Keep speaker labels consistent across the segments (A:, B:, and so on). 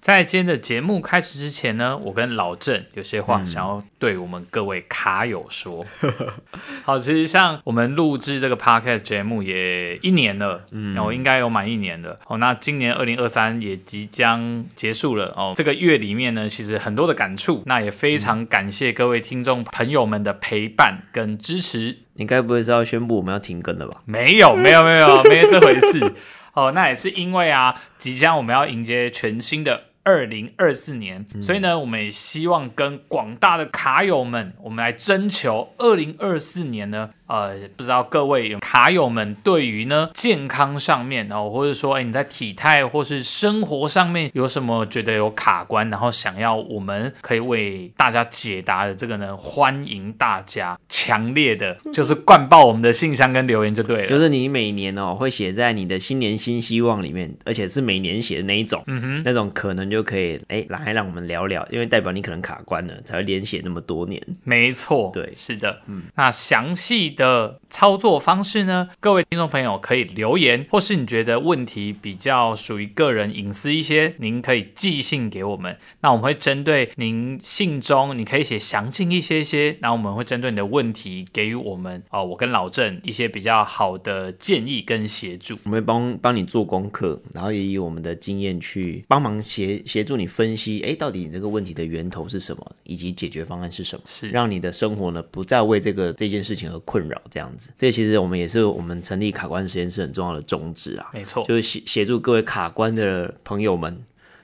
A: 在今天的节目开始之前呢，我跟老郑有些话想要对我们各位卡友说。 好，其实像我们录制这个 podcast 节目也一年了，嗯，我、应该有满一年了。哦，那今年二零二三也即将结束了哦。这个月里面呢，其实很多的感触，那也非常感谢各位听众朋友们的陪伴跟支持。
B: 你该不会是要宣布我们要停更了吧？
A: 没有，没有，没有，没有这回事。哦，那也是因为啊，即将我们要迎接全新的二零二四年，
B: 嗯
A: 所以呢，我们也希望跟广大的卡友们，我们来征求二零二四年呢，呃，不知道各位有卡友们对于呢健康上面哦，或者说哎你在体态或是生活上面有什么觉得有卡关，然后想要我们可以为大家解答的这个呢，欢迎大家强烈的就是灌爆我们的信箱跟留言就对啊了。
B: 就是你每年哦会写在你的新年新希望里面，而且是每年写的那一种，嗯哼，那种可能就可以哎来让我们聊聊，因为代表你可能卡关了，才会连写那么多年。
A: 没错，
B: 对
A: 是的，嗯，那详细的操作方式呢，各位听众朋友可以留言，或是你觉得问题比较属于个人隐私一些，您可以寄信给我们，那我们会针对您信中，你可以写详尽一些些，那我们会针对你的问题给予我们哦，我跟老郑一些比较好的建议跟协助。
B: 我们会帮帮你做功课，然后也以我们的经验去帮忙协协助你分析，哎，到底你这个问题的源头是什么，以及解决方案是什么，
A: 是
B: 让你的生活呢不再为这个这件事情而困扰。这样子，这其实我们也是我们成立卡关实验室很重要的宗旨啊，
A: 没错，
B: 就是协协助各位卡关的朋友们，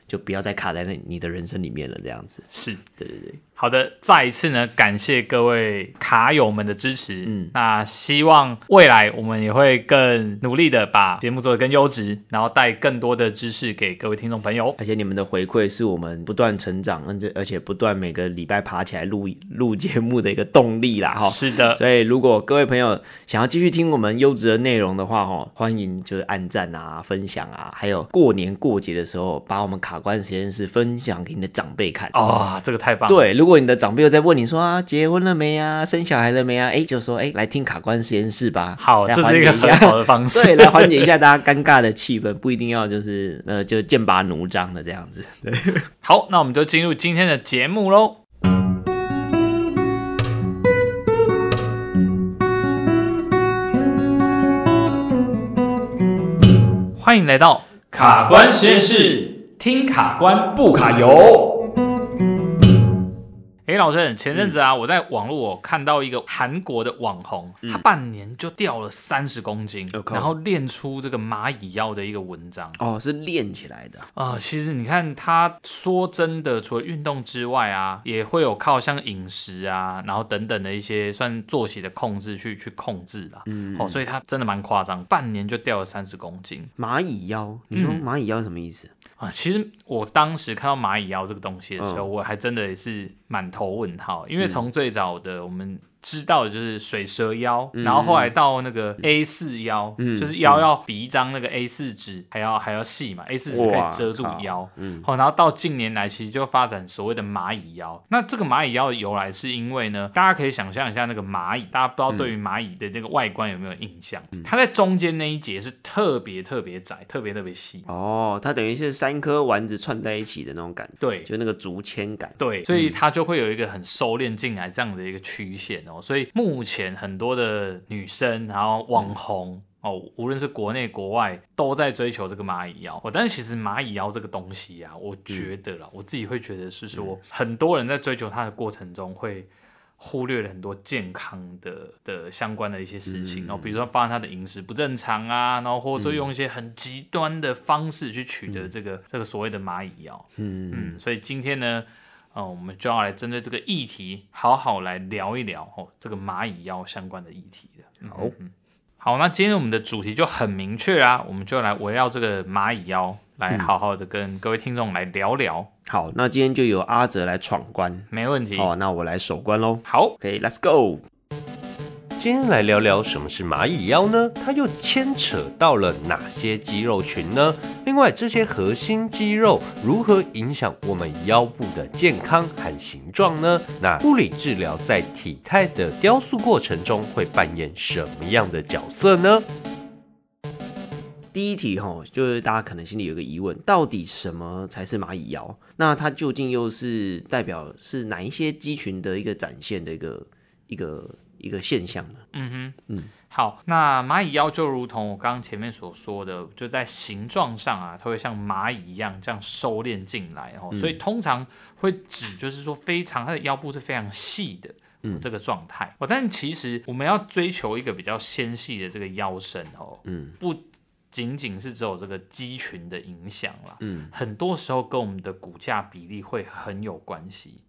B: 就不要再卡在那你的人生里面了。这样子，
A: 是
B: 对对对，
A: 好的，再一次呢，感谢各位卡友们的支持。嗯
B: 嗯，
A: 那希望未来我们也会更努力的把节目做得更优质，然后带更多的知识给各位听众朋友。
B: 而且你们的回馈是我们不断成长，而且而且不断每个礼拜爬起来录录节目的一个动力啦，哈。
A: 是的，
B: 所以，如果各位朋友想要继续听我们优质的内容的话，哦，欢迎就是按赞啊、分享啊，还有过年过节的时候，把我们卡关实验室分享给你的长辈看。
A: 啊、这个太棒了。
B: 对，如果你的长辈又在问你说啊，结婚了没啊，生小孩了没啊，哎，就说哎，来听卡关实验室吧。
A: 好，
B: 来
A: 这
B: 缓
A: 是一个
B: 解
A: 很
B: 下
A: 好的方式。
B: 对，来缓解一下大家尴尬的气氛，不一定要就是呃就剑拔弩张的这样子。对，
A: 好，那我们就进入今天的节目喽。欢迎来到卡关实验室，听卡关不卡油。哎，老郑，前阵子啊，我在网络我看到一个韩国的网红，他半年就掉了三十公斤，
B: 我靠
A: 然后练出这个蚂蚁药的一个文章。
B: 哦，是练起来的。
A: 啊、其实你看，他说真的，除了运动之外啊，也会有靠像饮食啊，然后等等的一些算作息的控制去去控制啦。嗯，哦，所以他真的蛮夸张，半年就掉了三十公斤
B: 蚂蚁腰，你说蚂蚁腰什么意思？
A: 啊、其实我当时看到蚂蚁腰这个东西的时候，
B: 嗯
A: 我还真的也是满头问号，因为从最早的我们。知道的就是水蛇腰，然后后来到那个 A 四腰，
B: 嗯
A: 就是腰要比一张那个 A 四纸还要还要细嘛，A 四纸可
B: 哇
A: 以遮住
B: 靠
A: 腰，
B: 嗯
A: 好，然后到近年来，其实就发展所谓的蚂蚁腰。那这个蚂蚁腰的由来，是因为呢，大家可以想象一下那个蚂蚁，大家不知道对于蚂蚁的那个外观有没有印象？它在中间那一节是特别特别窄，特别特别细。
B: 哦，它等于是三颗丸子串在一起的那种感觉，
A: 对
B: 就那个竹签感。
A: 对，所以
B: 嗯
A: 它就会有一个很收敛进来这样的一个曲线哦。所以目前很多的女生，然后网红。哦，无论是国内国外，都在追求这个蚂蚁腰。哦，但是其实蚂蚁腰这个东西啊，我觉得啦，我自己会觉得是说，很多人在追求它的过程中会。忽略了很多健康的的相关的一些事情哦，比如说包含他的饮食不正常啊，然后或者说用一些很极端的方式去取得这个、这个所谓的蚂蚁药，
B: 嗯
A: 嗯，所以今天呢，呃，我们就要来针对这个议题，好好来聊一聊哦，这个蚂蚁药相关的议题的。
B: 好
A: 嗯，嗯好，那今天我们的主题就很明确啊，我们就来围绕这个蚂蚁药来好好的跟各位听众来聊聊，
B: 好，啊那今天就由阿哲来闯关。
A: 没问题。
B: 哦，那我来守关喽。
A: 好，
B: OK，Let's、go。
C: 今天来聊聊什么是蚂蚁腰呢？它又牵扯到了哪些肌肉群呢？另外，这些核心肌肉如何影响我们腰部的健康和形状呢？那物理治疗在体态的雕塑过程中会扮演什么样的角色呢？
B: 第一题哈，就是大家可能心里有个疑问，到底什么才是蚂蚁腰？那它究竟又是代表是哪一些肌群的一个展现的一个一个一个现象呢？
A: 嗯哼，
B: 嗯
A: 嗯，好，那蚂蚁腰就如同我刚刚前面所说的，就在形状上啊，它会像蚂蚁一样这样收敛进来
B: 嗯
A: 哦，所以通常会指就是说非常它的腰部是非常细的。
B: 嗯
A: 这个状态哦，但其实我们要追求一个比较纤细的这个腰身哦，
B: 嗯
A: 不仅仅是只有这个肌群的影响啦，
B: 嗯，
A: 很多时候跟我们的骨架比例会很有关系。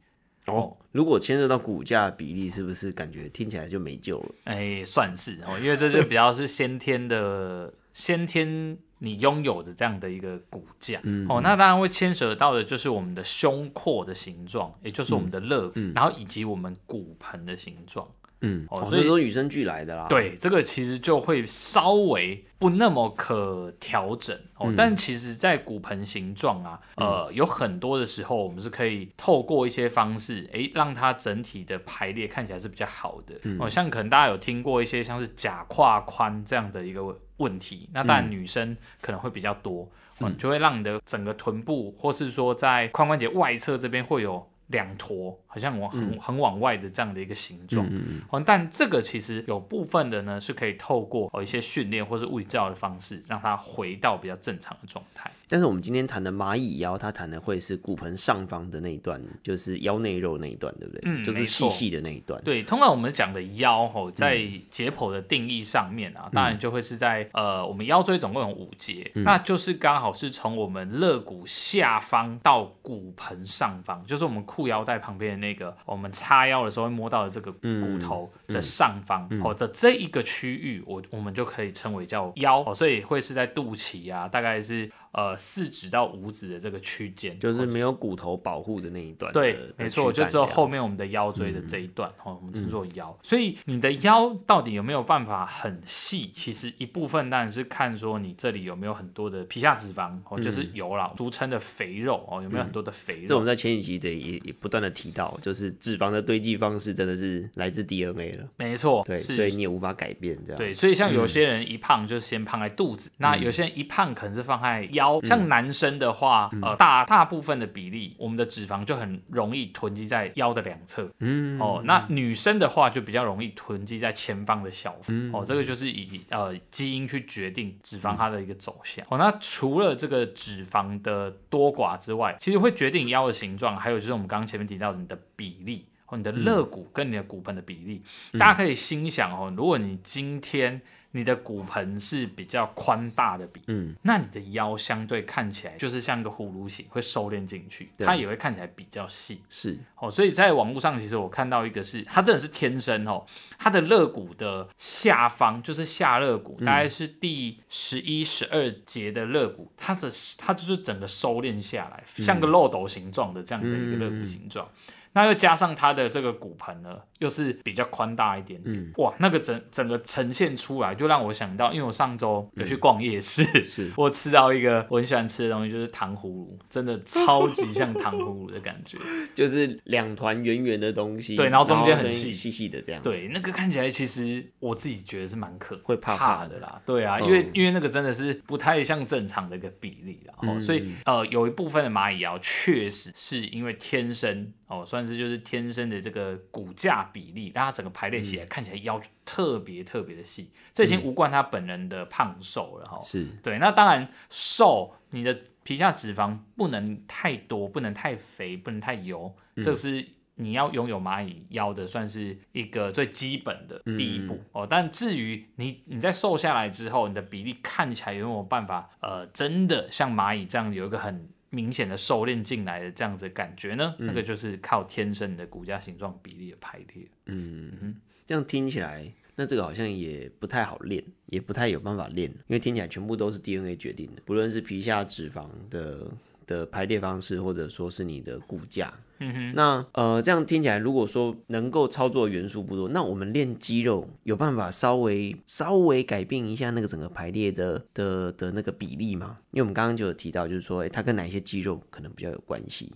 B: 哦，如果牵涉到骨架比例，是不是感觉听起来就没救了？
A: 哎，算是哦，因为这就比较是先天的，先天你拥有的这样的一个骨架、
B: 嗯
A: 哦，那当然会牵扯到的就是我们的胸廓的形状，也就是我们的肋骨，
B: 嗯嗯
A: 然后以及我们骨盆的形状。
B: 嗯，
A: 哦
B: 哦，
A: 所
B: 所
A: 以
B: 以说与生俱来的啦。，
A: 对，这个其实就会稍微不那么可调整哦。
B: 嗯
A: 但其实，在骨盆形状啊，呃，有很多的时候，我们是可以透过一些方式，诶，让它整体的排列看起来是比较好的、
B: 嗯
A: 哦。像可能大家有听过一些像是假胯宽这样的一个问题，那当然女生可能会比较多，哦
B: 嗯
A: 就会让你的整个臀部，或是说在髋关节外侧这边会有。两坨，好像往很、很往外的这样的一个形状，
B: 嗯
A: 哦，但这个其实有部分的呢是可以透过哦一些训练或是物理治疗的方式，让它回到比较正常的状态。
B: 但是我们今天谈的蚂蚁腰，它谈的会是骨盆上方的那一段，就是腰内肉那一段，对不对？
A: 嗯
B: 就是
A: 没
B: 细
A: 错
B: 细的那一段。嗯
A: 对，通常我们讲的腰吼，在解剖的定义上面啊，当然就会是在呃，我们腰椎总共有五节，
B: 嗯
A: 那就是刚好是从我们肋骨下方到骨盆上方，就是我们裤腰带旁边的那个，我们叉腰的时候会摸到的这个骨头的上方，
B: 嗯
A: 哦的这一个区域，我我们就可以称为叫腰，哦，所以会是在肚脐啊，大概是呃四指到五指的这个区间，
B: 就是没有骨头保护的那一段的。
A: 对，
B: 的
A: 没错，
B: 躯
A: 就
B: 干
A: 只有
B: 这样
A: 后
B: 子。嗯
A: 面我们的腰椎的这一段，哦，我们称作腰。所以你的腰到底有没有办法很细？其实一部分当然是看说你这里有没有很多的皮下脂肪，哦，就是油啦，俗称的肥肉，哦，有没有很多的肥
B: 嗯这
A: 肉？
B: 我们在前几集的也也不断的提到，就是脂肪的堆积方式真的是来自 DNA 了，
A: 没错，
B: 对，
A: 是
B: 所以你也无法改变这样。
A: 对，所以像有些人一胖就是先胖在肚子，那有些人一胖可能是放在腰。像男生的话，呃，大大部分的比例，我们的脂肪就很容易囤积在腰的两侧。嗯，哦，那女生的话就比较容易囤积在前方的小腹。哦，这个就是以呃基因去决定脂肪它的一个走向。哦，那除了这个脂肪的多寡之外，其实会决定腰的形状，还有就是我们刚刚前面提到的你的比例。哦，你的肋骨跟你的骨盆的比例，
B: 嗯
A: 大家可以心想哦，如果你今天你的骨盆是比较宽大的比，
B: 嗯，
A: 那你的腰相对看起来就是像一个葫芦形，会收敛进去，
B: 对
A: 它也会看起来比较细
B: 是，
A: 哦。所以在网络上，其实我看到一个是，它真的是天生哦，它的肋骨的下方就是下肋骨，大概是第十一、十二节的肋骨，它的它就是整个收敛下来，像个漏斗形状的这样的一个肋骨形状。那又加上它的这个骨盆呢，又是比较宽大一点点，哇，那个整整个呈现出来，就让我想到，因为我上周有去逛夜市，
B: 是
A: 我吃到一个我很喜欢吃的东西，就是糖葫芦，真的超级像糖葫芦的感觉。
B: 就是两团圆圆的东西，
A: 对然后中间很
B: 然后
A: 细
B: 细细的这样子。
A: 对，那个看起来其实我自己觉得是蛮可
B: 会怕
A: 怕
B: 怕
A: 的
B: 的
A: 啦。对啊，
B: 嗯
A: 因为因为那个真的是不太像正常的一个比例啦。哦，所
B: 嗯
A: 以呃，有一部分的蚂蚁腰确实是因为天生哦，算是就是天生的这个骨架比例，让它整个排列起
B: 嗯
A: 来、看起来腰就特别特别的细，这已经无关它本人的胖瘦了哈、哦。
B: 是，
A: 对，那当然瘦，你的皮下脂肪不能太多，不能太肥，不能太油，这是你要拥有蚂蚁腰的，算是一个最基本的第一步、哦。但至于你你在瘦下来之后，你的比例看起来有没有办法，呃，真的像蚂蚁这样有一个很。明显的收敛进来的这样子的感觉呢，那个就是靠天生的骨架形状比例的排列。
B: 嗯
A: 嗯，
B: 这样听起来，那这个好像也不太好练，也不太有办法练，因为听起来全部都是 DNA 决定的，不论是皮下脂肪的的排列方式，或者说是你的骨架。
A: 嗯哼，
B: 那呃，这样听起来，如果说能够操作的元素不多，那我们练肌肉有办法稍微稍微改变一下那个整个排列的的的那个比例吗？因为我们刚刚就有提到，就是说，哎、它跟哪一些肌肉可能比较有关系？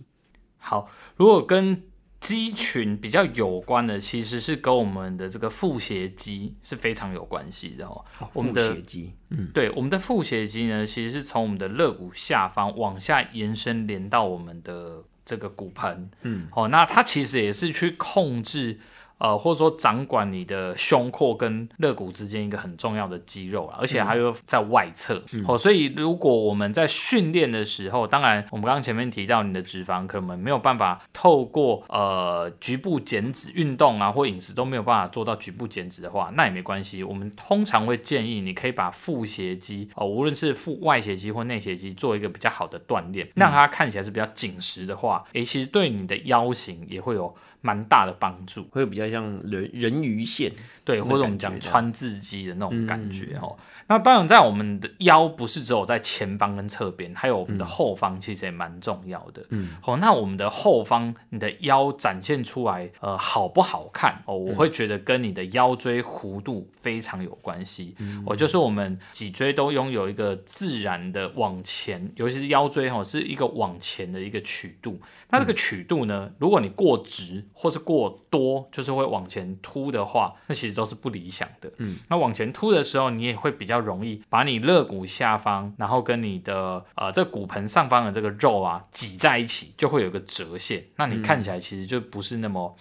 A: 好，如果跟肌群比较有关的，其实是跟我们的这个腹斜肌是非常有关系的哦。我们
B: 腹
A: 的
B: 斜肌，嗯，
A: 对，我们的腹斜肌呢，其实是从我们的肋骨下方往下延伸，连到我们的这个骨盆。
B: 嗯，
A: 哦，那它其实也是去控制，呃，或者说掌管你的胸廓跟肋骨之间一个很重要的肌肉啦，而且它又在外侧。哦，所以如果我们在训练的时候，当然我们刚刚前面提到你的脂肪可能没有办法透过呃局部减脂运动啊或饮食都没有办法做到局部减脂的话，那也没关系。我们通常会建议你可以把腹斜肌哦，无论是腹外斜肌或内斜肌做一个比较好的锻炼，让它看起来是比较紧实的话，诶、其实对你的腰型也会有蛮大的帮助。
B: 会比较像人人鱼线，
A: 对，
B: 那
A: 或者我
B: 感
A: 们
B: 觉
A: 讲
B: 这样嗯
A: 川字肌的那种感觉哦。那当然，在我们的腰不是只有在前方跟侧边，还有我们的后方，其实也蛮重要的。
B: 嗯，
A: 哦，那我们的后方，你的腰展现出来，呃，好不好看哦？
B: 嗯
A: 我会觉得跟你的腰椎弧度非常有关系。
B: 嗯
A: 哦，就是我们脊椎都拥有一个自然的往前，尤其是腰椎哈、哦，是一个往前的一个曲度。那这个曲度呢，如果你过直或是过多，就是会往前凸的话，那其实都是不理想的。
B: 嗯，
A: 那往前凸的时候，你也会比较容易把你肋骨下方，然后跟你的呃这骨盆上方的这个肉啊挤在一起，就会有一个折线。那你看起来其实就不是那么。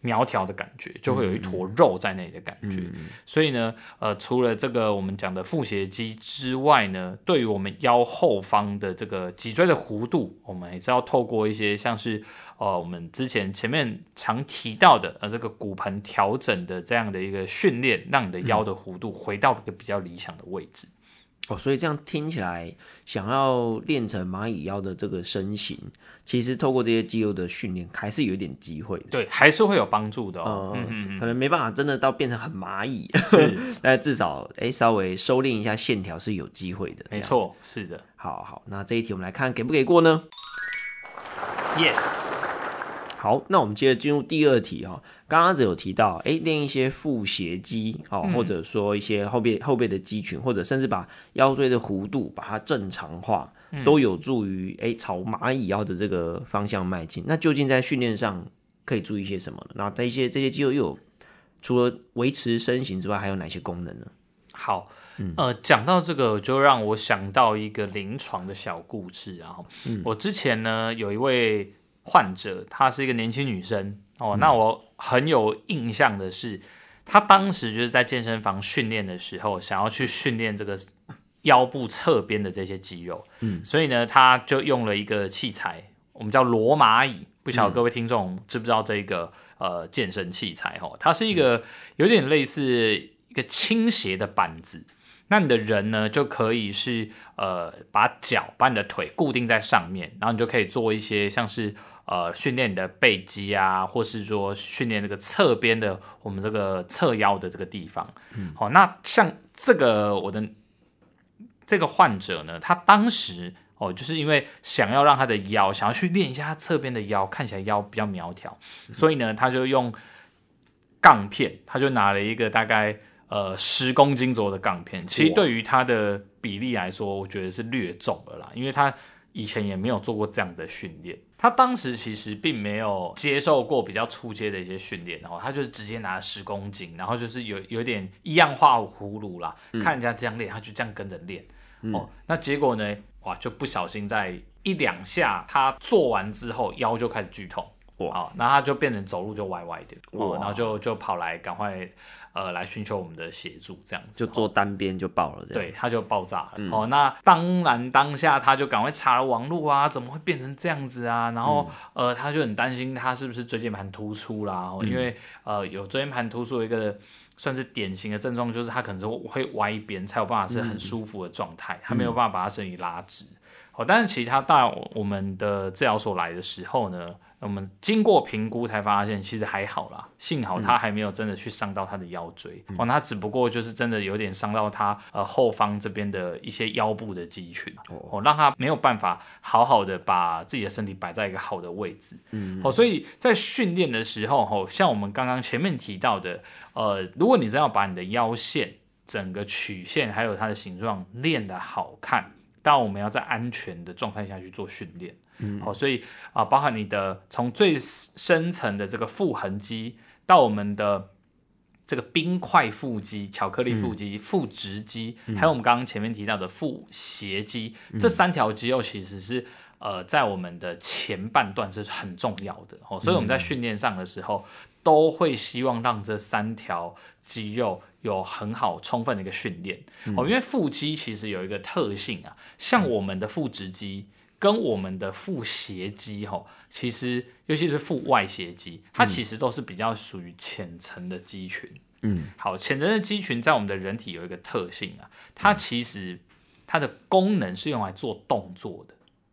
A: 苗条的感觉，就会有一坨肉在那里的感觉。所以呢，呃，除了这个我们讲的腹斜肌之外呢，对于我们腰后方的这个脊椎的弧度，我们也是要透过一些像是呃我们之前前面常提到的呃这个骨盆调整的这样的一个训练，让你的腰的弧度回到一个比较理想的位置。
B: 哦，所以这样听起来，想要练成蚂蚁腰的这个身形，其实透过这些肌肉的训练，还是有一点机会的。
A: 对，还是会有帮助的哦。
B: 呃
A: 嗯嗯
B: 可能没办法真的到变成很蚂蚁，
A: 嗯， 是，
B: 但至少哎、稍微收敛一下线条是有机会的。
A: 没。错，是的
B: 好好，那这一题我们来看给不给过呢？
A: ，yes。
B: 好，那我们接着进入第二题哈、哦。刚刚只有提到，哎，练一些腹斜肌
A: 嗯
B: 哦，或者说一些后背后背的肌群，或者甚至把腰椎的弧度把它正常化，
A: 嗯
B: 都有助于哎朝蚂蚁腰的这个方向迈进。那究竟在训练上可以注意一些什么呢？那这一些这些肌肉又有除了维持身形之外，还有哪些功能呢？
A: 好，呃，讲到这个，就让我想到一个临床的小故事啊。我之前呢有一位患者，她是一个年轻女生哦，那我很有印象的是，她当时就是在健身房训练的时候，想要去训练这个腰部侧边的这些肌肉，嗯，所以呢，她就用了一个器材，我们叫罗马椅。不晓得各位听众知不知道这个呃健身器材哦，它是一个有点类似一个倾斜的板子，那你的人呢，就可以是呃，把脚、把你的腿固定在上面，然后你就可以做一些像是呃训练你的背肌啊，或是说训练那个侧边的我们这个侧腰的这个地方。好、那像这个我的这个患者呢，他当时哦，就是因为想要让他的腰，想要去练一下他侧边的腰，看起来腰比较苗条，所以呢，他就用杠片，他就拿了一个大概呃十公斤左右的杠片，其实
B: 哇
A: 对于他的比例来说，我觉得是略重了啦，因为他以前也没有做过这样的训练。他当时其实并没有接受过比较初阶的一些训练，然后他就直接拿十公斤，然后就是有有点一样画葫芦啦，看人家这样练，他就这样跟着练。
B: 嗯
A: 哦，那结果呢？哇，就不小心在一两下，他做完之后腰就开始剧痛，
B: 哇
A: 哦，那他就变成走路就歪歪的，哦
B: 哇，
A: 然后就就跑来赶快呃来寻求我们的协助，这样子
B: 就做单边就爆了，这样嗯
A: 对，他就爆炸了。哦，那当然当下他就赶快查了网络啊，怎么会变成这样子啊？然后、
B: 嗯
A: 呃，他就很担心他是不是椎间盘突出啦，哦因为呃有椎间盘突出的一个。算是典型的症状，就是他可能是会歪一边，才有办法是
B: 嗯
A: 很舒服的状态，他没有办法把他身体拉直。哦，但是其实他到我们的治疗所来的时候呢，我们经过评估才发现，其实还好啦，幸好他还没有真的去伤到他的腰椎。哦，那他只不过就是真的有点伤到他呃后方这边的一些腰部的肌群，哦，让他没有办法好好的把自己的身体摆在一个好的位置。嗯，哦，所以在训练的时候，哦，像我们刚刚前面提到的，呃，如果你真要把你的腰线整个曲线还有它的形状练得好看，但我们要在安全的状态下去做训练。嗯，好、所以啊、包含你的从最深层的这个腹横肌到我们的这个冰块腹肌、巧克力腹肌、腹直肌，还有我们刚刚前面提到的腹斜肌，这三条肌肉其实是呃在我们的前半段是很重要的哦，所以我们在训练上的时候，都会希望让这三条肌肉有很好充分的一个训练哦，因为腹肌其实有一个特性啊，像我们的腹直肌。跟我们的腹斜肌吼，其实尤其是腹外斜肌，它其实都是比较属于浅层的肌群。
B: 嗯，
A: 好，浅层的肌群在我们的人体有一个特性啊，它其实它的功能是用来做动作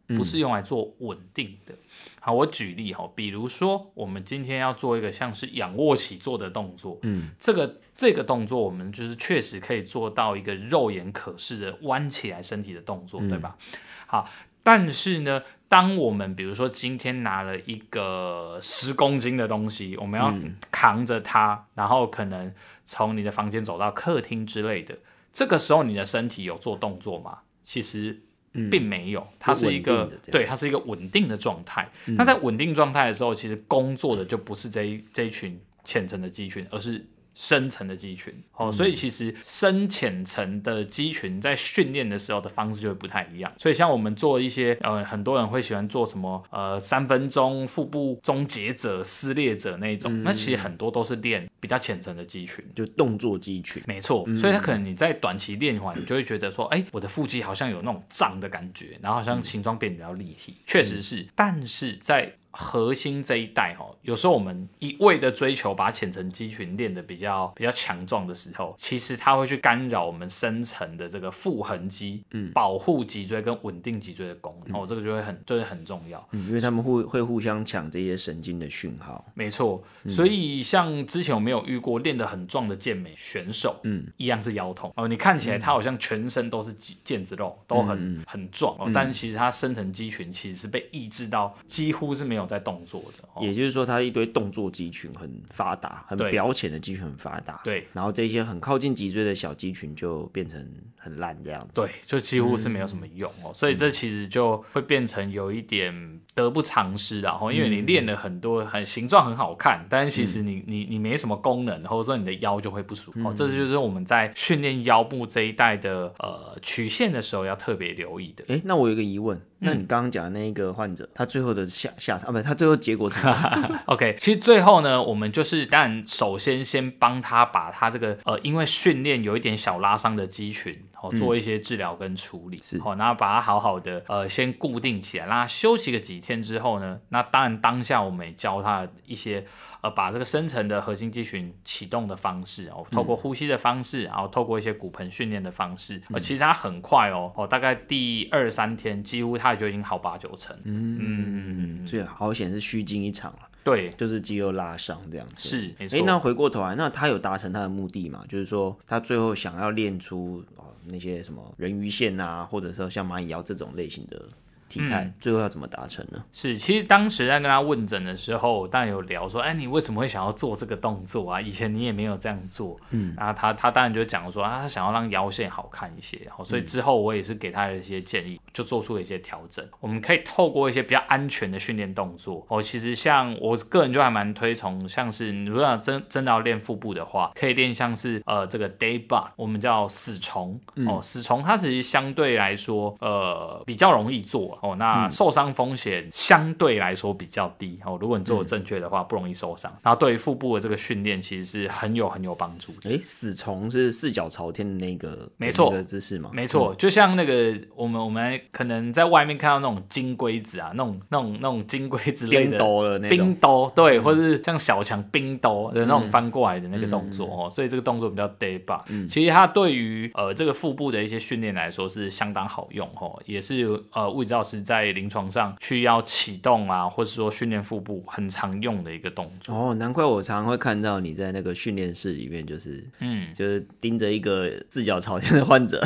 B: 嗯
A: 的，不是用来做稳定的。好，我举例哈，比如说我们今天要做一个像是仰卧起坐的动作，
B: 嗯，
A: 这个这个动作我们就是确实可以做到一个肉眼可视的弯起来身体的动作，
B: 嗯
A: 对吧？好，但是呢，当我们比如说今天拿了一个十公斤的东西，我们要扛着它，然后可能从你的房间走到客厅之类的，这个时候你的身体有做动作吗？其实。
B: 嗯
A: 并没有，它是一
B: 稳
A: 个
B: 定的这样嗯
A: 对，它是一个稳定的状态。那在稳定状态的时候，其实工作的就不是这一这一群浅层的肌群，而是深层的肌群。哦，
B: 嗯
A: 所以其实深浅层的肌群在训练的时候的方式就会不太一样。所以像我们做一些呃，很多人会喜欢做什么呃三分钟腹部终结者、撕裂者那一种，
B: 嗯
A: 那其实很多都是练比较浅层的肌群。
B: 就动作肌群，
A: 没错，所以他可能你在短期练完，你就会觉得说，哎、我的腹肌好像有那种胀的感觉，然后好像形状变得比较立体，确实是。但是在核心这一带哦，有时候我们一味的追求把浅层肌群练得比较比较强壮的时候，其实它会去干扰我们深层的这个腹横肌，嗯，保护脊椎跟稳定脊椎的功能，哦，这个就会很就是很重要。
B: 嗯，因为他们会会互相抢这些神经的讯号，
A: 没错，
B: 嗯
A: 所以像之前我没有遇过练得很壮的健美选手，
B: 嗯，
A: 一样是腰痛哦。你看起来他好像全身都是肌腱子肉，都
B: 嗯
A: 很、很壮哦，但其实他深层肌群其实是被抑制到几乎是没有在动作的。哦、
B: 也就是说，它一堆动作肌群很发达，很
A: 对
B: 表浅的肌群很发达，
A: 对，
B: 然后这些很靠近脊椎的小肌群就变成很烂这样子，嗯
A: 对，就几乎是没有什么用哦，所以这其实就会变成有一点得不偿失啊，吼因为
B: 嗯
A: 你练了很多，很形状很好看，但是其实你、你你没什么功能，或者说你的腰就会不舒服、哦，这
B: 嗯
A: 就是我们在训练腰部这一带的呃曲线的时候要特别留意的。
B: 哎，那我有一个疑
A: 嗯
B: 问，那你刚刚讲的那个患者，他最后的下下场啊，不，他最后结果 怎么样？
A: OK，其实最后呢，我们就是当然首先先帮他把他这个呃，因为训练有一点小拉伤的肌群，哦，做一些治疗跟处理，
B: 嗯是
A: 哦，然后把它好好的呃先固定起来，让他休息个几天之后呢，那当然当下我们也教他一些呃把这个深层的核心肌群启动的方式哦，
B: 嗯
A: 透过呼吸的方式，然后透过一些骨盆训练的方式，
B: 嗯
A: 呃，其实他很快哦，哦，大概第二三天几乎他就已经好八九成，嗯嗯嗯，
B: 所以好险是虚惊一场了，啊
A: 对，
B: 就是肌肉拉伤这样子。
A: 是没错
B: 哎，。那回过头来，那他有达成他的目的嘛？就是说，他最后想要练出哦那些什么人鱼线啊，或者说像蚂蚁腰这种类型的体态，
A: 嗯
B: 最后要怎么达成呢？
A: 是，其实当时在跟他问诊的时候，当然有聊说，哎，你为什么会想要做这个动作啊？以前你也没有这样做，嗯，然后他他当然就讲说，啊，他想要让腰线好看一些，哦，所以之后我也是给他的一些建议，就做出了一些调整。我们可以透过一些比较安全的训练动作，哦，其实像我个人就还蛮推崇，像是你如果要真真的要练腹部的话，可以练像是呃这个 day bar，我们叫死虫、哦，死虫它其实相对来说呃比较容易做哦，那受伤风险相对来说比较低哦，如果你做的正确的话，不容易受伤。然后对于腹部的这个训练，其实是很有很有帮助的。
B: 哎，死虫是四脚朝天的那个，
A: 没错
B: 那个姿势嘛，
A: 没错，就像那个我们我们可能在外面看到那种金龟子啊，那种那种那种金龟子类
B: 嗯冰
A: 的
B: 兜了那
A: 冰
B: 种。嗯
A: 兜，对，或者是像小强冰兜的那种翻过来的那个动
B: 嗯
A: 作、哦，所以这个动作比较 day bar、其实它对于呃这个腹部的一些训练来说是相当好用哦，也是呃物理治疗师在临床上去要启动啊，或是说训练腹部很常用的一个动作。
B: 哦，难怪我常常会看到你在那个训练室里面，就是
A: 嗯，
B: 就是盯着一个四脚朝天的患者，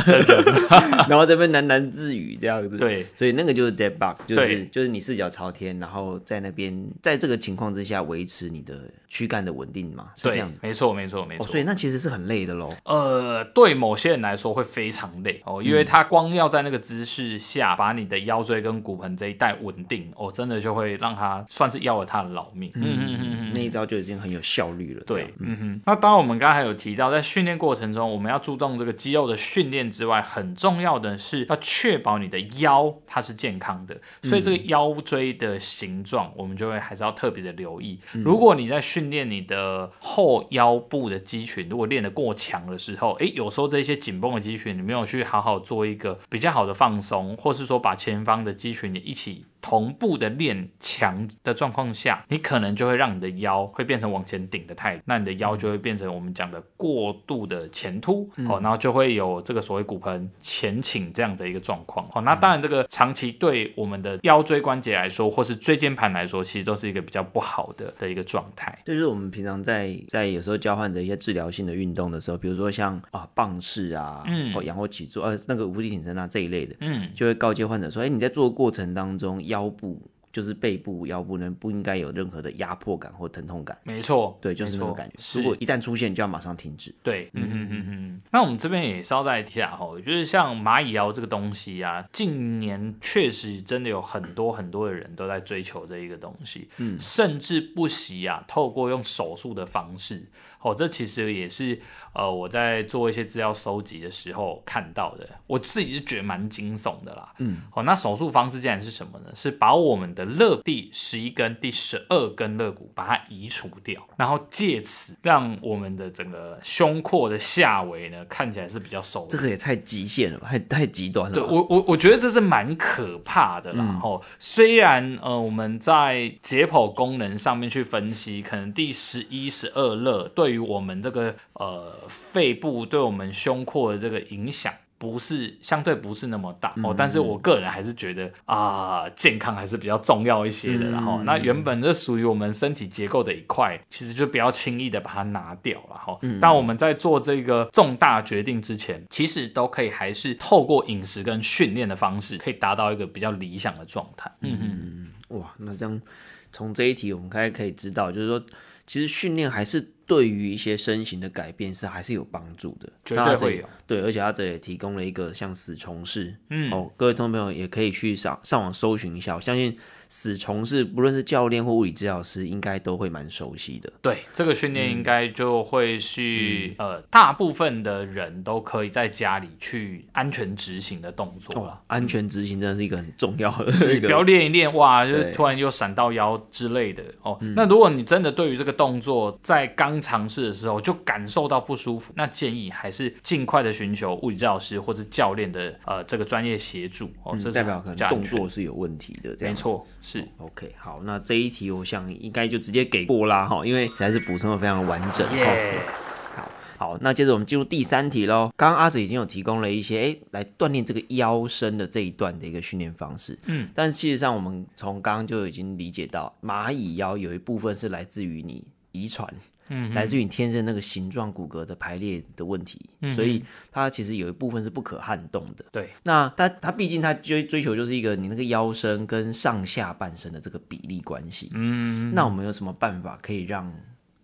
B: 然后这边喃喃自语，这样子。，
A: 对，
B: 所以那个就是 dead bug，就是
A: 对
B: 就是你四脚朝天，然后在那边在这个情况之下维持你的躯干的稳定嘛，是这
A: 对
B: 样子，。
A: 没错，没错，没
B: 哦，
A: 错。
B: 所以那其实是很累的喽。
A: 呃，对某些人来说会非常累哦，因为他光要在那个姿势下把你的腰椎跟骨盆这一带稳定，哦，真的就会让他算是要了他的老命。嗯嗯嗯嗯。
B: 那一招就已经很有效率了。这
A: 对
B: 样，
A: 嗯哼，那当然，我们刚才有提到，在训练过程中，我们要注重这个肌肉的训练之外，很重要的是要确保你的腰它是健康的，所以这个腰椎的形状，我们就会还是要特别的留意。如果你在训练你的后腰部的肌群，如果练得过强的时候，诶，有时候这些紧绷的肌群，你没有去好好做一个比较好的放松，或是说把前方的肌群也一起同步的练强的状况下，你可能就会让你的腰会变成往前顶的态度，那你的腰就会变成我们讲的过度的前凸、
B: 嗯
A: 哦，然后就会有这个所谓骨盆前倾这样的一个状况哦。那当然，这个长期对我们的腰椎关节来说，或是椎间盘来说，其实都是一个比较不好的的一个状态。
B: 这就是我们平常在在有时候交换的一些治疗性的运动的时候，比如说像啊棒式啊，
A: 嗯
B: 或仰卧起坐，呃，那个无力挺身啊这一类的，
A: 嗯，
B: 就会告诫患者说，哎，你在做的过程当中，腰部就是背部、腰部呢不应该有任何的压迫感或疼痛感。
A: 没错，
B: 对，就是
A: 没
B: 那
A: 错
B: 种感觉。
A: 是
B: 如果一旦出现，就要马上停止。
A: 对，嗯嗯嗯嗯。那我们这边也捎带一下哦，就是像蚂蚁腰这个东西啊，近年确实真的有很多很多的人都在追求这一个东西，嗯，甚至不惜啊，透过用手术的方式，哦，这其实也是呃我在做一些资料收集的时候看到的，我自己是觉得蛮惊悚的啦，嗯，哦，那手术方式竟然是什么呢？是把我们的肋第十一根、第十二根肋骨把它移除掉，然后借此让我们的整个胸廓的下围呢看起来是比较收
B: 这个也太极限了吧，太太极端了
A: 对
B: 吧。
A: 我我我觉得这是蛮可怕的啦。吼、虽然呃我们在解剖功能上面去分析，可能第十一、十二肋对于我们这个呃肺部对我们胸廓的这个影响。不是相对不是那么大哦，但是我个人还是觉得啊、健康还是比较重要一些的。然后、那原本这属于我们身体结构的一块，其实就不要轻易的把它拿掉了哈。但我们在做这个重大决定之前，其实都可以还是透过饮食跟训练的方式，可以达到一个比较理想的状态。嗯嗯，
B: 哇，那这样从这一题我们开始可以知道，就是说，其实训练还是对于一些身形的改变是还是有帮助的，
A: 绝
B: 嗯那
A: 对
B: 它这
A: 会
B: 里
A: 有。
B: 对，而且他这也提供了一个像死虫式，
A: 嗯
B: 哦，各位听众朋友也可以去上上网搜寻一下，我相信死虫式不论是教练或物理治疗师，应该都会蛮熟悉的。
A: 对，这个训练应该就会是、呃，大部分的人都可以在家里去安全执行的动作了。嗯
B: 安全执行真的是一个很重要 的
A: 是
B: 一
A: 不要
B: 个，
A: 练一练，哇，就是
B: 对
A: 突然又闪到腰之类的哦。
B: 嗯
A: 那如果你真的对于这个动作在刚尝试的时候就感受到不舒服，那建议还是尽快的寻求物理治疗师或者教练的呃这个专业协助哦。这是
B: 嗯代表可
A: 比较安
B: 能动
A: 全
B: 作是有问题的，这
A: 没
B: 样子。哦
A: 错，是
B: OK，好，那这一题我想应该就直接给过啦哈，因为还是补充的非常完整。哦
A: yes，
B: 好，那接着我们进入第三题喽。刚刚阿紫已经有提供了一些，哎，来锻炼这个腰身的这一段的一个训练方式。
A: 嗯，
B: 但事实上我们从刚刚就已经理解到，蚂蚁腰有一部分是来自于你遗传，
A: 嗯
B: 来自于你天生那个形状骨骼的排列的问题，所以它其实有一部分是不可撼动的。
A: 嗯对，
B: 那它它毕竟它追追求就是一个你那个腰身跟上下半身的这个比例关系。
A: 嗯，
B: 那我们有什么办法可以让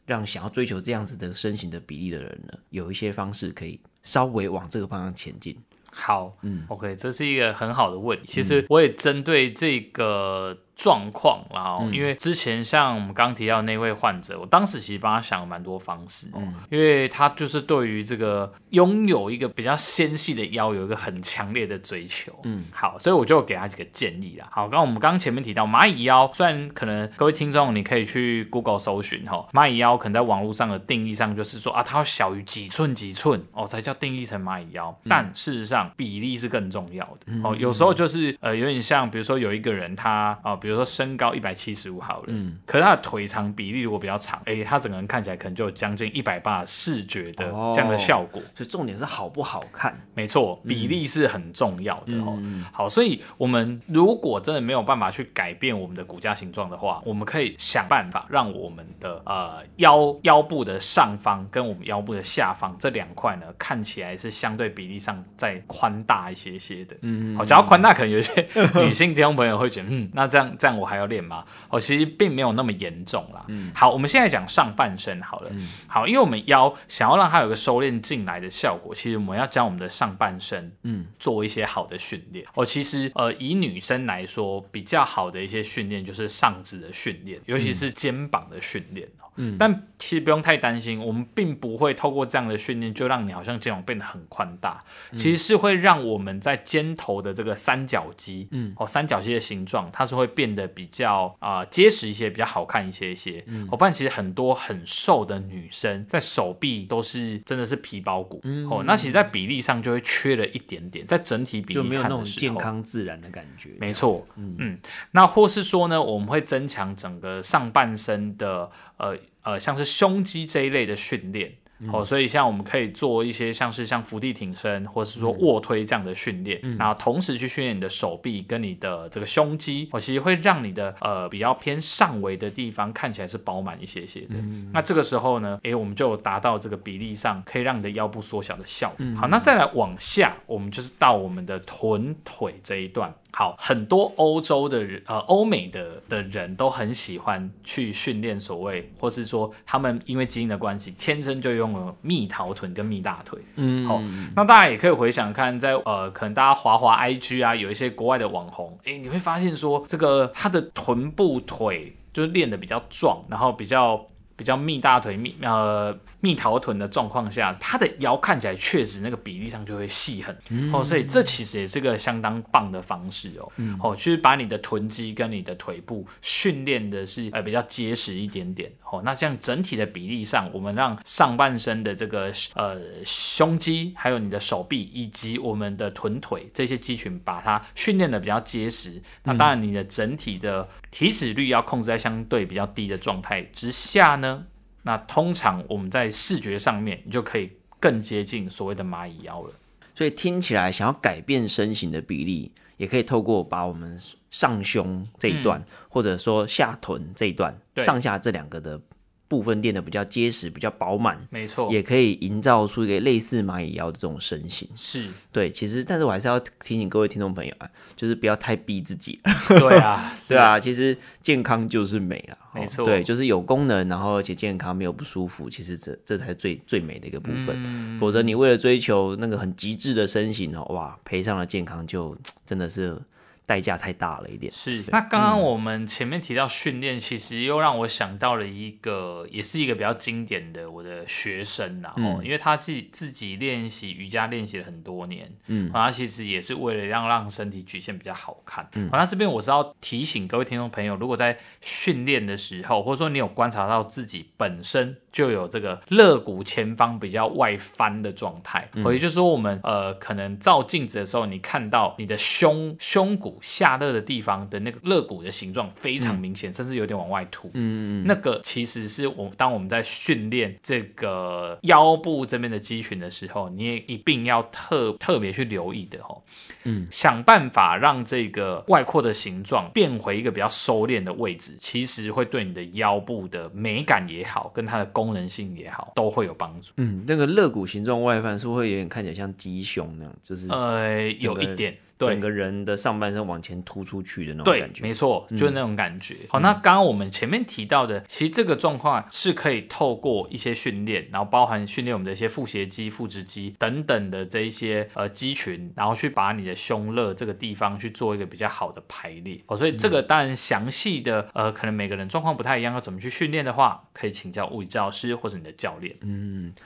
B: 让想要追求这样子的身形的比例的人呢，有一些方式可以稍微往这个方向前进？
A: 好，嗯，OK，这嗯是一个很好的问题。其实我也针对这个状况啦、哦，因为之前像我们刚提到那位患者，我当时其实帮他想了蛮多方式、哦，因为他就是对于这个拥有一个比较纤细的腰有一个很强烈的追求。嗯，好，所以我就给他几个建议啦。好，刚刚我们刚刚前面提到蚂蚁腰，虽然可能各位听众你可以去 Google 搜寻哈、哦，蚂蚁腰可能在网络上的定义上就是说啊，它要小于几寸几寸哦才叫定义成蚂蚁
B: 嗯
A: 腰，但事实上比例是更重要的哦。有时候就是呃有点像，比如说有一个人他啊、呃比如说身高一百七十五好了，
B: 嗯，
A: 可是他的腿长比例如果比较长，哎、他整个人看起来可能就有将近一百八视觉的
B: 哦
A: 这样的效果。
B: 所以重点是好不好看。
A: 没错，比例是很重要的哦。
B: 嗯
A: 好，所以我们如果真的没有办法去改变我们的骨架形状的话，我们可以想办法让我们的呃腰腰部的上方跟我们腰部的下方这两块呢，看起来是相对比例上再宽大一些些的。
B: 嗯
A: 好，讲到宽大，可能有一些 女性听众朋友会觉得，嗯，那这样这样我还要练吗？哦，其实并没有那么严重啦。
B: 嗯
A: 好，我们现在讲上半身好了。
B: 嗯
A: 好，因为我们腰想要让它有个收敛进来的效果，其实我们要将我们的上半身
B: 嗯
A: 做一些好的训练。哦，其实呃，以女生来说，比较好的一些训练就是上肢的训练，尤其是肩膀的训练。哦
B: 嗯
A: 但其实不用太担心，我们并不会透过这样的训练就让你好像肩膀变得很宽大，
B: 嗯
A: 其实是会让我们在肩头的这个三角肌，
B: 嗯
A: 哦，三角肌的形状它是会变得比较啊、呃结实一些，比较好看一些一些。
B: 嗯
A: 哦，不然其实很多很瘦的女生在手臂都是真的是皮包骨，
B: 嗯
A: 哦，那其实在比例上就会缺了一点点，在整体比例
B: 就
A: 看
B: 没有那种
A: 的时
B: 健
A: 候
B: 康自然的感觉。
A: 没错，嗯那或是说呢，我们会增强整个上半身的呃呃，像是胸肌这一类的训练。哦，所以像我们可以做一些像是像伏地挺身，或是说卧推这样的训练，然后同时去训练你的手臂跟你的这个胸肌，哦，其实会让你的呃比较偏上围的地方看起来是饱满一些些的。那这个时候呢，诶，我们就有达到这个比例上可以让你的腰部缩小的效果。好，那再来往下，我们就是到我们的臀腿这一段。好，很多欧洲的人，呃，欧美的的人都很喜欢去训练所谓，或是说他们因为基因的关系，天生就拥有蜜桃臀跟蜜大腿。
B: 嗯
A: 好、那大家也可以回想看在，呃，可能大家滑滑 IG 啊，有一些国外的网红，诶，你会发现说，这个他的臀部腿就是练得比较壮，然后比较比较蜜大腿、蜜呃蜜桃臀的状况下，他的腰看起来确实那个比例上就会细很、
B: 嗯
A: 哦，所以这其实也是个相当棒的方式哦，
B: 嗯
A: 哦，就是把你的臀肌跟你的腿部训练的是呃比较结实一点点哦，那这样整体的比例上，我们让上半身的这个呃胸肌，还有你的手臂以及我们的臀腿这些肌群，把它训练的比较结实，那当然你的整体的体脂率要控制在相对比较低的状态之下呢，那通常我们在视觉上面，你就可以更接近所谓的蚂蚁腰了。
B: 所以听起来想要改变身形的比例，也可以透过把我们上胸这一段，或者说下臀这一段，
A: 嗯对
B: 上下这两个的部分练得比较结实、比较饱满，
A: 没错，
B: 也可以营造出一个类似蚂蚁腰的这种身形。
A: 是，
B: 对，其实但是我还是要提醒各位听众朋友啊，就是不要太逼自己，
A: 对啊，是
B: 对，啊，其实健康就是美啊，哦
A: 没错
B: 对，就是有功能，然后而且健康没有不舒服，其实这这才是最最美的一个部
A: 嗯
B: 分。否则你为了追求那个很极致的身形哦，哇，赔上了健康就真的是代价太大了一点。
A: 是，那刚刚我们前面提到训练，其实又让我想到了一个，也是一个比较经典的我的学生然后、
B: 嗯
A: 因为他自己自己练习瑜伽练习了很多年，
B: 嗯
A: 然后啊他其实也是为了让让身体曲线比较好看，嗯，好，那这边我是要提醒各位听众朋友，如果在训练的时候，或者说你有观察到自己本身就有这个肋骨前方比较外翻的状态，也就是说我们呃可能照镜子的时候，你看到你的胸胸骨下颚的地方的那个肋骨的形状非常明显，甚至有点往外凸，
B: 嗯，
A: 那个其实是我当我们在训练这个腰部这边的肌群的时候，你也一定要特特别去留意的哦。
B: 嗯，
A: 想办法让这个外扩的形状变回一个比较收敛的位置，其实会对你的腰部的美感也好，跟它的功能性也好，都会有帮助。
B: 嗯，那个肋骨形状外翻是不是会有点看起来像鸡胸那样，就是
A: 呃，有一点对
B: 嗯整。个人的上半身往前突出去的那种
A: 对
B: 感，觉？嗯
A: 没错，就是那种感觉。好，那刚刚我们前面提到的，其实这个状况是可以透过一些训练，然后包含训练我们的一些腹斜肌、腹直肌等等的这一些呃肌群，然后去把你的胸肋这个地方去做一个比较好的排列。哦，所以这
B: 嗯
A: 个当然详细的呃，可能每个人状况不太一样，要怎么去训练的话，可以请教物理治疗师或者你的教练。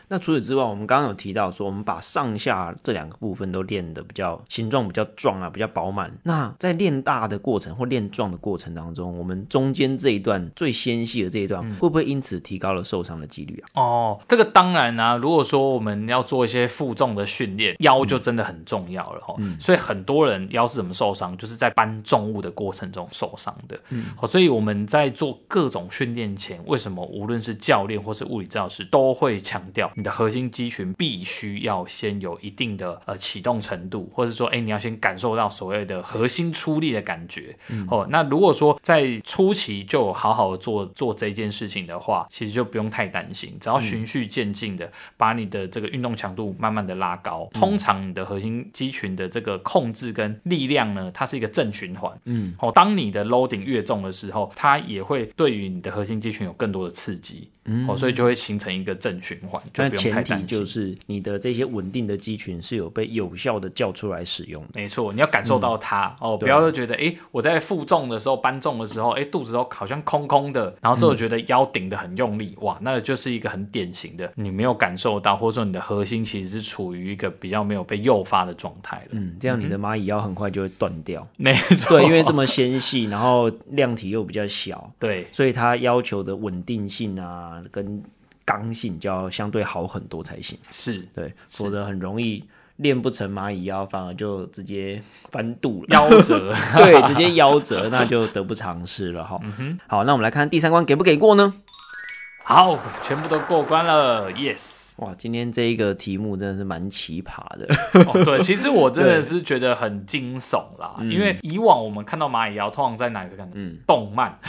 B: 那除此之外，我们刚刚有提到说，我们把上下这两个部分都练得比较形状比较壮啊，比较饱满。那在练大的过程或练壮的过程当中，我们中间这一段最纤细的这一段，
A: 嗯
B: 会不会因此提高了受伤的几率啊？
A: 哦，这个当然啦、如果说我们要做一些负重的训练，腰就真的很重要了哦。所以很多人腰是怎么受伤，就是在搬重物的过程中受伤的。嗯，好，所以我们在做各种训练前，为什么无论是教练或是物理治疗师都会强调你的核心肌群必须要先有一定的呃启动程度，或者说，哎，你要先感受到所谓的核心出力的感觉。哦，那如果说在初期就有好好的做做这件事情的话，其实就不用太担心，只要循序渐进的把你的这个运动强度慢慢的拉高，通常你的核心肌群的这个控制跟力量呢，它是一个正循环。
B: 嗯，
A: 哦，当你的 loading 越重的时候，它也会对于你的核心肌群有更多的刺激。嗯，哦，所以就会形成一个正循环，就
B: 但
A: 不用太
B: 前
A: 担心。
B: 提就是你的这些稳定的肌群是有被有效的叫出来使用的。
A: 没错，你要感受到它、
B: 嗯啊
A: 哦，不要就觉得哎、诶我在负重的时候、搬重的时候，哎、肚子都好像空空的，然后之后觉得腰顶的很用力，哇，那就是一个很典型的你没有感受到，或者说你的核心其实是处于一个比较没有被诱发的状态了。
B: 嗯，这样你的蚂蚁腰很快就会断 掉。
A: 没错，
B: 对，因为这么纤细，然后量体又比较小，
A: 对
B: 所以它要求的稳定性啊跟刚性就要相对好很多才行。
A: 是
B: 对，否则很容易练不成蚂蚁腰，反而就直接翻肚了。
A: 夭折。
B: 对，直接夭折，那就得不偿失了
A: 嗯
B: 哈。好，那我们来看第三关给不给过呢？
A: 好，全部都过关了，yes。
B: 哇，今天这一个题目真的是蛮奇葩 的。
A: 哦， 对，其实我真的是觉得很惊悚啦，因为以往我们看到蚂蚁腰，通常在哪里会看到？
B: 嗯
A: 动漫、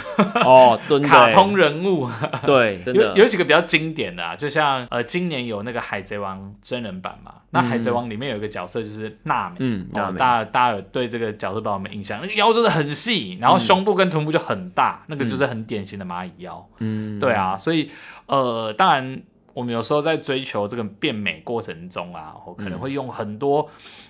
B: 哦，蹲的
A: 卡通人物。
B: 对，真
A: 有
B: 的
A: 有几个比较经典的、啊，就像呃，今年有那个《海贼王》真人版嘛，那《海贼王》里面有一个角色就是娜美，
B: 嗯娜
A: 哦，
B: 美
A: 大大家有对这个角色把我们印象，那个腰真的很细，
B: 嗯
A: 然后胸部跟臀部就很大，那个就是很典型的蚂蚁腰。
B: 嗯
A: 对啊，所以呃，当然我们有时候在追求这个变美过程中啊，我可
B: 嗯
A: 能会用很多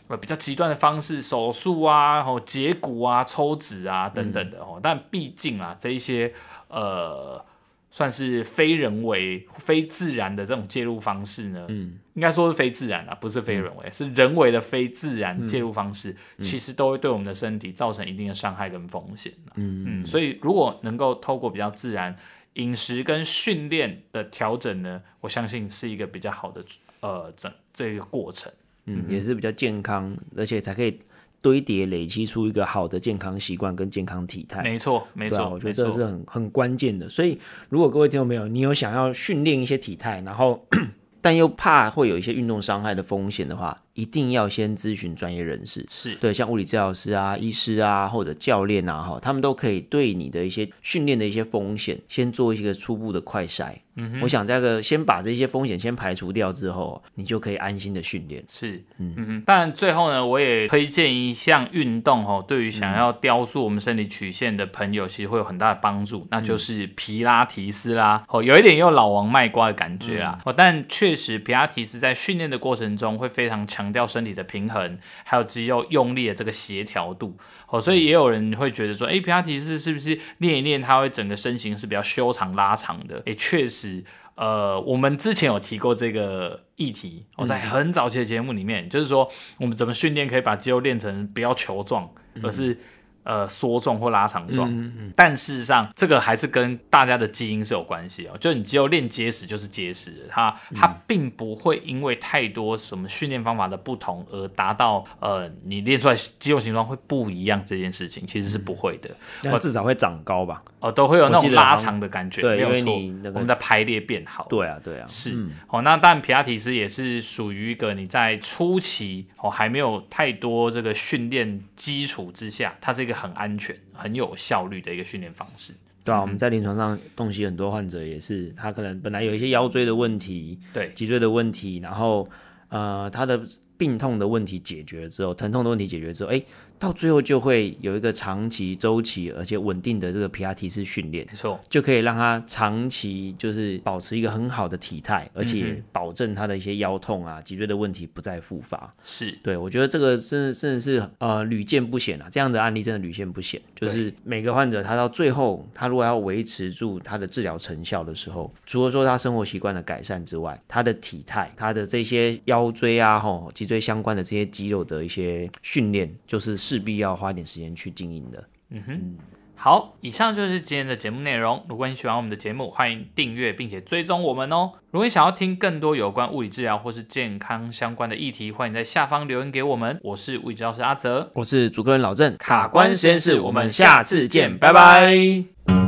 A: 呃比较极端的方式，手术啊，然后截骨啊、抽脂啊等
B: 嗯
A: 等的哦。但毕竟啊，这一些呃。算是非人为、非自然的这种介入方式呢，
B: 嗯，
A: 应该说是非自然啊，不是非人为，是人为的非自
B: 嗯
A: 然介入方式，其实都会对我们的身体造成一定的伤害跟风险、啊、嗯所以如果能够透过比较自然饮食跟训练的调整呢，我相信是一个比较好的呃整这个过程。
B: 嗯，也是比较健康，而且才可以堆叠累积出一个好的健康习惯跟健康体态。
A: 没错，没
B: 对啊
A: 错，
B: 我觉
A: 没
B: 得这
A: 错
B: 是很很关键的。所以，如果各位听众朋友，你有想要训练一些体态，然后 但又怕会有一些运动伤害的风险的话，一定要先咨询专业人士。
A: 是
B: 对，像物理治疗师啊、医师啊，或者教练啊，哈，他们都可以对你的一些训练的一些风险，先做一个初步的快筛。嗯，我想这个先把这些风险先排除掉之后，你就可以安心的训练。
A: 是，嗯嗯，但最后呢，我也推荐一项运动哦，对于想要雕塑我们身体曲线的朋友，其实会有很大的帮助，那就是皮拉提斯啦。哦，有一点又老王卖瓜的感觉啦。哦，但确实皮拉提斯在训练的过程中会非常强调身体的平衡，还有肌肉用力的这个协调度。哦，所以也有人会觉得说，诶，皮拉提斯是不是练一练，它会整个身形是比较修长拉长的？诶，确实。呃，我们之前有提过这个议题，我、在很早期的节目里面，就是说我们怎么训练可以把肌肉练成不要球状，而是呃缩状或拉长状。但事实上，这个还是跟大家的基因是有关系哦。就你肌肉练结实就是结实的，它
B: 嗯
A: 它并不会因为太多什么训练方法的不同而达到呃你练出来肌肉形状会不一样这件事情，其实是不会的。
B: 那至少会长高吧？
A: 哦，都会有那
B: 嗯我记
A: 种
B: 得好
A: 拉
B: 像
A: 长的感觉，
B: 对
A: 没有
B: 因为
A: 错。
B: 你那个
A: 我们的排列变好。
B: 对啊，对啊，
A: 是，哦，那但皮拉提斯也是属于一个你在初期哦还没有太多这个训练基础之下，它是一个很安全、很有效率的一个训练方式。
B: 对啊，我们在临床上洞悉很多患者也是，他可能本来有一些腰椎的问题、
A: 对，
B: 脊椎的问题，然后呃他的病痛的问题解决了之后，疼痛的问题解决之后，哎，到最后就会有一个长期周期而且稳定的这个皮拉提斯训练
A: 没，错，
B: 就可以让他长期就是保持一个很好的体态，而
A: 嗯
B: 且保证他的一些腰痛啊、脊椎的问题不再复发。
A: 是
B: 对，我觉得这个真的真的是呃屡见不鲜啊，这样的案例真的屡见不鲜。就是每个患者他到最后，他如果要维持住他的治疗成效的时候，除了说他生活习惯的改善之外，他的体态、他的这些腰椎啊、吼脊椎相关的这些肌肉的一些训练，就是势必要花一点时间去经营的。
A: 嗯哼，好，以上就是今天的节目内容。如果你喜欢我们的节目，欢迎订阅并且追踪我们哦。如果你想要听更多有关物理治疗或是健康相关的议题，欢迎在下方留言给我们。我是物理治疗师阿泽，
B: 我是主持人老郑，
A: 卡关实验室我们下次见拜
B: 拜拜